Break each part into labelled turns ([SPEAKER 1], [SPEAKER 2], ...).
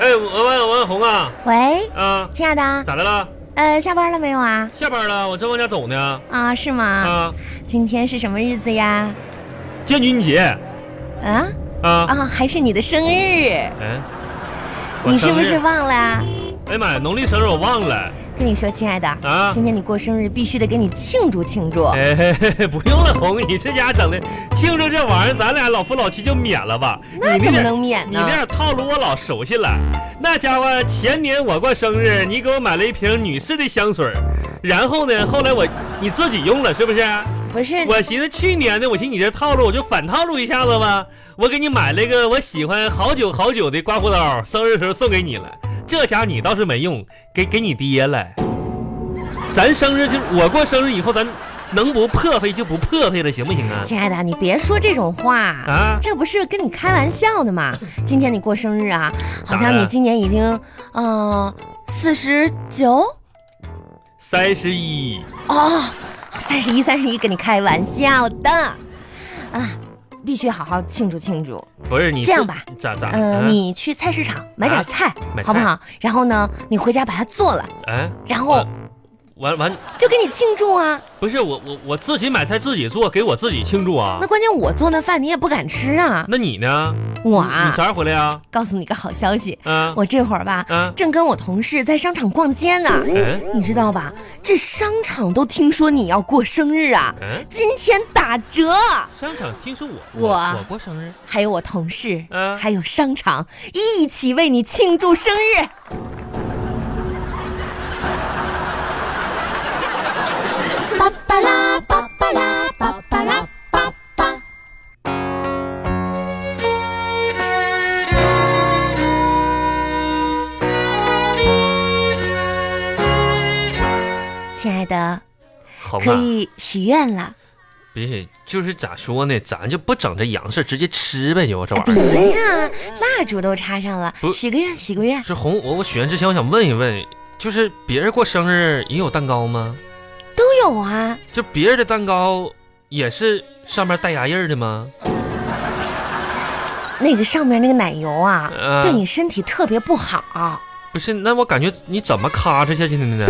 [SPEAKER 1] 哎王小红啊
[SPEAKER 2] 喂，
[SPEAKER 1] 啊，
[SPEAKER 2] 亲爱的，
[SPEAKER 1] 咋的了？
[SPEAKER 2] 呃，下班了没有啊？
[SPEAKER 1] 下班了，我正往家走呢。
[SPEAKER 2] 啊，是吗？
[SPEAKER 1] 啊，
[SPEAKER 2] 今天是什么日子呀？
[SPEAKER 1] 建军节
[SPEAKER 2] 啊
[SPEAKER 1] 啊，
[SPEAKER 2] 啊，还是你的生日？
[SPEAKER 1] 哎，我
[SPEAKER 2] 你是不
[SPEAKER 1] 生
[SPEAKER 2] 是
[SPEAKER 1] 日？
[SPEAKER 2] 忘了啊？
[SPEAKER 1] 哎呀妈呀，农历生日我忘了
[SPEAKER 2] 跟你说，亲爱的，
[SPEAKER 1] 啊。
[SPEAKER 2] 今天你过生日必须得给你庆祝庆祝。
[SPEAKER 1] 哎，嘿嘿嘿不用了，红，你这家整的庆祝这玩意儿，咱俩老夫老妻就免了吧。
[SPEAKER 2] 那
[SPEAKER 1] 你
[SPEAKER 2] 怎么
[SPEAKER 1] 点
[SPEAKER 2] 能免
[SPEAKER 1] 你
[SPEAKER 2] 呢
[SPEAKER 1] 那？点套路我老熟悉了。那家伙前年我过生日，你给我买了一瓶女士的香水儿，然后呢，后来我你自己用了是不啊是？
[SPEAKER 2] 不是，
[SPEAKER 1] 我寻思去年呢，我寻思你这套路，我就反套路一下子吧。我给你买了一个我喜欢好久好久的刮胡刀，生日时候送给你了。这家你倒是没用，给给你爹了。咱生日就我过生日以后，咱能不破费就不破费了，行不行啊？
[SPEAKER 2] 亲爱的，你别说这种话。
[SPEAKER 1] 啊，
[SPEAKER 2] 这不是跟你开玩笑的吗？今天你过生日啊，好
[SPEAKER 1] 咋
[SPEAKER 2] 像
[SPEAKER 1] 了
[SPEAKER 2] 你今年已经，呃，四十九
[SPEAKER 1] 三十一，
[SPEAKER 2] 哦，三十一，三十一，跟你开玩笑的啊，必须好好庆祝庆祝。
[SPEAKER 1] 不是你
[SPEAKER 2] 这样吧？
[SPEAKER 1] 咋咋？
[SPEAKER 2] 嗯、
[SPEAKER 1] 啊
[SPEAKER 2] 你去菜市场买点菜，
[SPEAKER 1] 买菜
[SPEAKER 2] 好不好？然后呢，你回家把它做了，
[SPEAKER 1] 哎，
[SPEAKER 2] 然后
[SPEAKER 1] 完完
[SPEAKER 2] 就给你庆祝啊。
[SPEAKER 1] 不是我我我自己买菜自己做，给我自己庆祝啊
[SPEAKER 2] 那。关键我做那饭你也不敢吃啊。
[SPEAKER 1] 那你呢？
[SPEAKER 2] 我
[SPEAKER 1] 嗯你
[SPEAKER 2] 啊，
[SPEAKER 1] 啥时候回来呀？
[SPEAKER 2] 告诉你个好消息，
[SPEAKER 1] 啊
[SPEAKER 2] 我这会儿吧，
[SPEAKER 1] 啊
[SPEAKER 2] 正跟我同事在商场逛街呢。
[SPEAKER 1] 嗯
[SPEAKER 2] 你知道吧？这商场都听说你要过生日啊，
[SPEAKER 1] 嗯，
[SPEAKER 2] 今天打折。
[SPEAKER 1] 商场听说我
[SPEAKER 2] 我
[SPEAKER 1] 我过生日，
[SPEAKER 2] 还有我同事，
[SPEAKER 1] 嗯
[SPEAKER 2] 还有商场一起为你庆祝生日。
[SPEAKER 3] 巴巴拉巴巴拉巴巴拉巴巴。
[SPEAKER 2] 亲爱的，
[SPEAKER 1] 好
[SPEAKER 2] 可
[SPEAKER 1] 嘛？
[SPEAKER 2] 以许愿了。
[SPEAKER 1] 不是，就是咋说呢？咱就不整这洋事儿，直接吃呗，就这玩意儿。
[SPEAKER 2] 别呀，蜡烛都插上了，
[SPEAKER 1] 不
[SPEAKER 2] 许个愿，许个愿。
[SPEAKER 1] 这红，我我许愿之前，我想问一问，就是别人过生日也有蛋糕吗？
[SPEAKER 2] 都有啊，
[SPEAKER 1] 就别人的蛋糕也是上面带牙印儿的吗？
[SPEAKER 2] 那个上面那个奶油啊，
[SPEAKER 1] 嗯
[SPEAKER 2] 对你身体特别不好。
[SPEAKER 1] 不是，那我感觉你怎么咔哧下去的呢？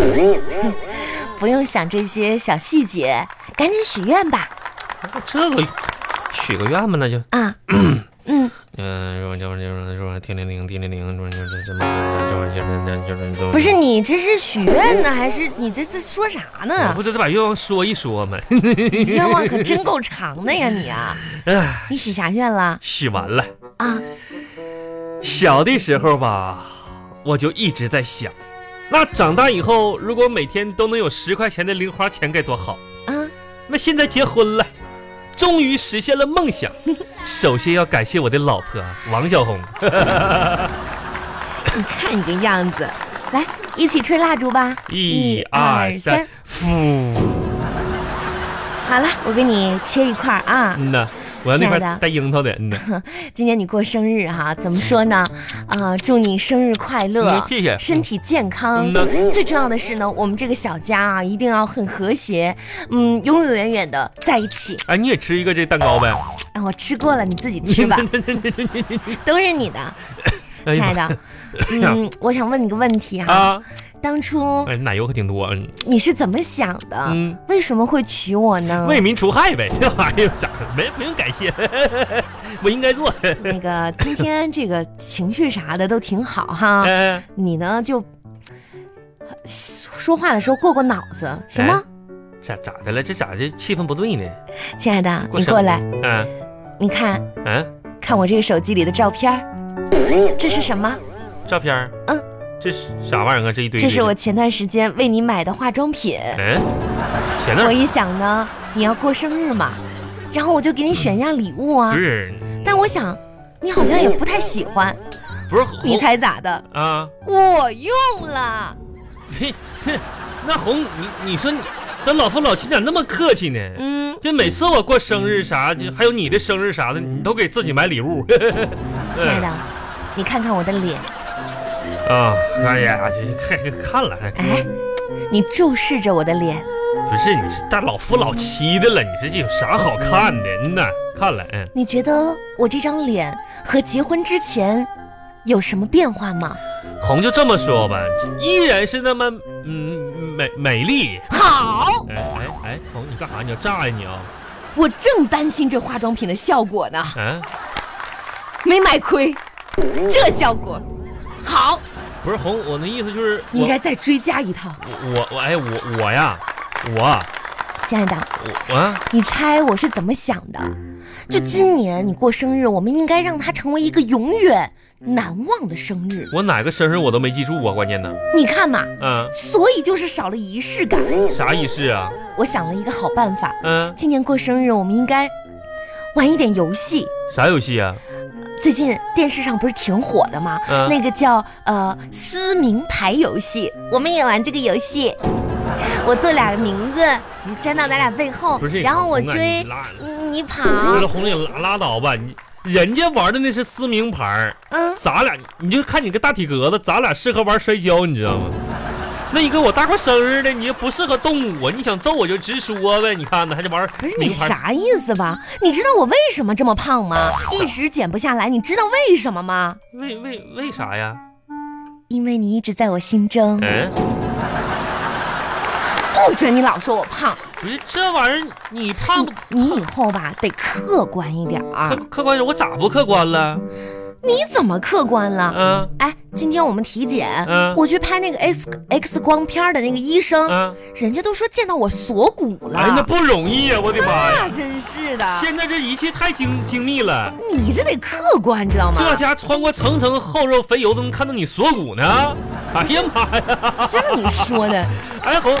[SPEAKER 2] 不用想这些小细节，赶紧许愿吧。
[SPEAKER 1] 那这个许个愿吧，那就。
[SPEAKER 2] 啊，嗯，
[SPEAKER 1] 嗯，说叫说说叮铃铃，叮铃铃，说这这这这这这
[SPEAKER 2] 不是你这是许愿呢，还是你这这说啥
[SPEAKER 1] 我
[SPEAKER 2] 呢
[SPEAKER 1] 不？知道把愿望说一说嘛。
[SPEAKER 2] 你愿望可真够长的呀，你啊，
[SPEAKER 1] 唉，
[SPEAKER 2] 你许啥愿了
[SPEAKER 1] 许完了。
[SPEAKER 2] 啊？
[SPEAKER 1] 小的时候吧，我就一直在想，那长大以后如果每天都能有十块钱的零花钱该多好。
[SPEAKER 2] 啊，
[SPEAKER 1] 那现在结婚了，终于实现了梦想。首先要感谢我的老婆王小红。
[SPEAKER 2] 你看你个样子，来一起吹蜡烛吧。
[SPEAKER 1] 一二三，，呼！
[SPEAKER 2] 好了，我给你切一块儿啊。
[SPEAKER 1] 嗯呐，我要那块
[SPEAKER 2] 亲爱的
[SPEAKER 1] 带樱桃的。嗯呐，
[SPEAKER 2] 今天你过生日哈、怎么说呢？啊、祝你生日快乐
[SPEAKER 1] 嗯，谢谢
[SPEAKER 2] 身体健康
[SPEAKER 1] 嗯。呐。
[SPEAKER 2] 最重要的是呢，我们这个小家啊，一定要很和谐，嗯，永永远远的在一起。
[SPEAKER 1] 哎，你也吃一个这蛋糕呗？
[SPEAKER 2] 啊，我吃过了，你自己吃 吧，都是你的，
[SPEAKER 1] 哎
[SPEAKER 2] 亲爱
[SPEAKER 1] 呀
[SPEAKER 2] 的。
[SPEAKER 1] 呀
[SPEAKER 2] 嗯，我想问你个问题哈、
[SPEAKER 1] 啊，
[SPEAKER 2] 当初
[SPEAKER 1] 哎，奶油可挺多。嗯
[SPEAKER 2] 你是怎么想的？
[SPEAKER 1] 嗯，
[SPEAKER 2] 为什么会娶我呢？
[SPEAKER 1] 为民除害呗， 这玩意儿有啥？没不用感谢， 我应该做。
[SPEAKER 2] 那 个今天这个情绪啥的都挺好哈。
[SPEAKER 1] 哎，
[SPEAKER 2] 你呢就说话的时候过过脑子，行吗？
[SPEAKER 1] 咋咋的了？这咋这气氛不对呢？
[SPEAKER 2] 亲爱的，
[SPEAKER 1] 哎过
[SPEAKER 2] 你
[SPEAKER 1] 生
[SPEAKER 2] 过来，
[SPEAKER 1] 嗯
[SPEAKER 2] 你看
[SPEAKER 1] 嗯，
[SPEAKER 2] 看我这个手机里的照片儿，这是什么？
[SPEAKER 1] 照片儿
[SPEAKER 2] 嗯，
[SPEAKER 1] 这是啥玩意儿啊？这一堆。
[SPEAKER 2] 这是我
[SPEAKER 1] 一堆。
[SPEAKER 2] 前段时间为你买的化妆品。
[SPEAKER 1] 嗯，前
[SPEAKER 2] 我
[SPEAKER 1] 段
[SPEAKER 2] 一想呢，你要过生日嘛，然后我就给你选一样礼物啊
[SPEAKER 1] 不。是
[SPEAKER 2] 但我想，你好像也不太喜欢，
[SPEAKER 1] 不是
[SPEAKER 2] 你
[SPEAKER 1] 红
[SPEAKER 2] 猜咋的？
[SPEAKER 1] 啊？
[SPEAKER 2] 我用了，
[SPEAKER 1] 嘿，哼那红，你你说你咱老夫老妻咋那么客气呢？
[SPEAKER 2] 嗯，
[SPEAKER 1] 这每次我过生日啥，就还有你的生日啥的，你都给自己买礼物。 嗯
[SPEAKER 2] 亲爱的，你看看我的脸，
[SPEAKER 1] 啊、哎呀，这看看了，还
[SPEAKER 2] 哎，你注视着我的脸，
[SPEAKER 1] 不是你是大老夫老妻的了，你这这有啥好看的？嗯呐，看了，嗯，
[SPEAKER 2] 你觉得我这张脸和结婚之前有什么变化吗？
[SPEAKER 1] 红就这么说吧，依然是那么嗯美美丽。
[SPEAKER 2] 好，
[SPEAKER 1] 哎哎哎，红你干啥？你要炸呀你啊？
[SPEAKER 2] 我正担心这化妆品的效果呢，
[SPEAKER 1] 啊，
[SPEAKER 2] 没买亏，这效果好，
[SPEAKER 1] 不是红，我的意思就是我
[SPEAKER 2] 应该再追加一套。
[SPEAKER 1] 我我哎我我呀，我
[SPEAKER 2] 亲爱的，
[SPEAKER 1] 我啊，
[SPEAKER 2] 你猜我是怎么想的？就今年你过生日，我们应该让它成为一个永远难忘的生日。
[SPEAKER 1] 我哪个生日我都没记住啊，关键呢，
[SPEAKER 2] 你看嘛，
[SPEAKER 1] 嗯，
[SPEAKER 2] 所以就是少了仪式感。
[SPEAKER 1] 啥仪式啊？
[SPEAKER 2] 我想了一个好办法，
[SPEAKER 1] 嗯，
[SPEAKER 2] 今年过生日我们应该玩一点游戏。
[SPEAKER 1] 啥游戏啊？
[SPEAKER 2] 最近电视上不是挺火的吗？
[SPEAKER 1] 嗯
[SPEAKER 2] 那个叫呃撕名牌游戏，我们也玩这个游戏。我做俩名字粘到咱俩背后
[SPEAKER 1] 不是，
[SPEAKER 2] 然后我
[SPEAKER 1] 红啊你
[SPEAKER 2] 追
[SPEAKER 1] 拉
[SPEAKER 2] 你跑，
[SPEAKER 1] 不是红你拉拉倒吧你。人家玩的那是撕名牌儿，
[SPEAKER 2] 嗯，
[SPEAKER 1] 咱俩你就看你个大体格子，咱俩适合玩摔跤，你知道吗？那你跟我大过生日的，你又不适合动啊我，你想揍我就直说呗。你看呢，还是玩
[SPEAKER 2] 不是哎你
[SPEAKER 1] 名牌？
[SPEAKER 2] 啥意思吧？你知道我为什么这么 胖吗？一直减不下来，你知道为什么吗？
[SPEAKER 1] 为为为啥呀？
[SPEAKER 2] 因为你一直在我心中，
[SPEAKER 1] 嗯，
[SPEAKER 2] 不准你老说我胖。
[SPEAKER 1] 不是这玩意儿，你胖啊不
[SPEAKER 2] 你以后吧得客观一点
[SPEAKER 1] 客
[SPEAKER 2] 儿，
[SPEAKER 1] 客观点，我咋不客观了？
[SPEAKER 2] 你怎么客观了？
[SPEAKER 1] 嗯
[SPEAKER 2] 哎，今天我们体检，
[SPEAKER 1] 嗯
[SPEAKER 2] 我去拍那个 X X 光片儿的那个医生，
[SPEAKER 1] 嗯，
[SPEAKER 2] 人家都说见到我锁骨了。
[SPEAKER 1] 哎，那不容易呀，我的妈呀！
[SPEAKER 2] 那真是的，
[SPEAKER 1] 现在这一切太精精密了，
[SPEAKER 2] 你这得客观，知道吗？
[SPEAKER 1] 这家穿过层层厚肉肥油，都能看到你锁骨呢。哎呀妈呀！
[SPEAKER 2] 真的你说 的，
[SPEAKER 1] 哎红，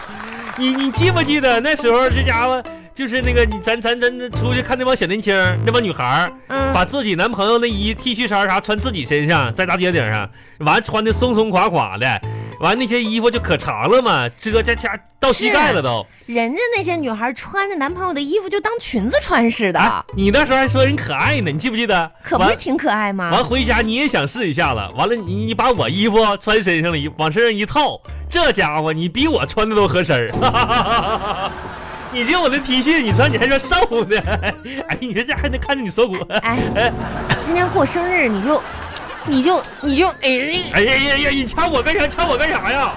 [SPEAKER 1] 你你记不记得那时候这家伙就是那个你咱咱咱出去看那帮小年轻儿那帮女孩儿，
[SPEAKER 2] 嗯，
[SPEAKER 1] 把自己男朋友那衣 T 恤衫啥穿自己身上，在大街顶上，完穿的松松垮垮的，完那些衣服就可长了嘛，遮这家到膝盖了都。
[SPEAKER 2] 人家那些女孩穿着男朋友的衣服就当裙子穿似的，
[SPEAKER 1] 哎，你那时候还说人可爱呢，你记不记得？
[SPEAKER 2] 可不
[SPEAKER 1] 完
[SPEAKER 2] 是挺可爱吗？
[SPEAKER 1] 完回家你也想试一下了，完了你你把我衣服穿身上了，一往身上一套，这家伙你比我穿的都合身儿。哈哈哈哈哈 你就我那 T 恤，你穿你还说瘦呢？ 哎，你这家还能看着你锁骨？
[SPEAKER 2] 哎，今天过生日你就，你就，你就，哎，
[SPEAKER 1] 哎呀呀呀！你掐我干啥？掐我干啥呀？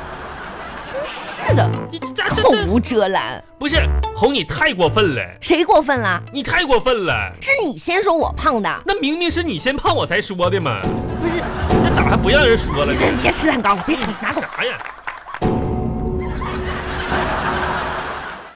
[SPEAKER 2] 真是的，
[SPEAKER 1] 这这这
[SPEAKER 2] 口
[SPEAKER 1] 这
[SPEAKER 2] 无遮拦，
[SPEAKER 1] 不是红，你太过分了，
[SPEAKER 2] 谁过分了？
[SPEAKER 1] 你太过分了。
[SPEAKER 2] 是你先说我胖的，
[SPEAKER 1] 那明明是你先胖我才说的嘛，
[SPEAKER 2] 不是？
[SPEAKER 1] 这咋还不让人说了
[SPEAKER 2] 别
[SPEAKER 1] 呢？
[SPEAKER 2] 别吃蛋糕了，别吃，拿走。
[SPEAKER 1] 啥呀？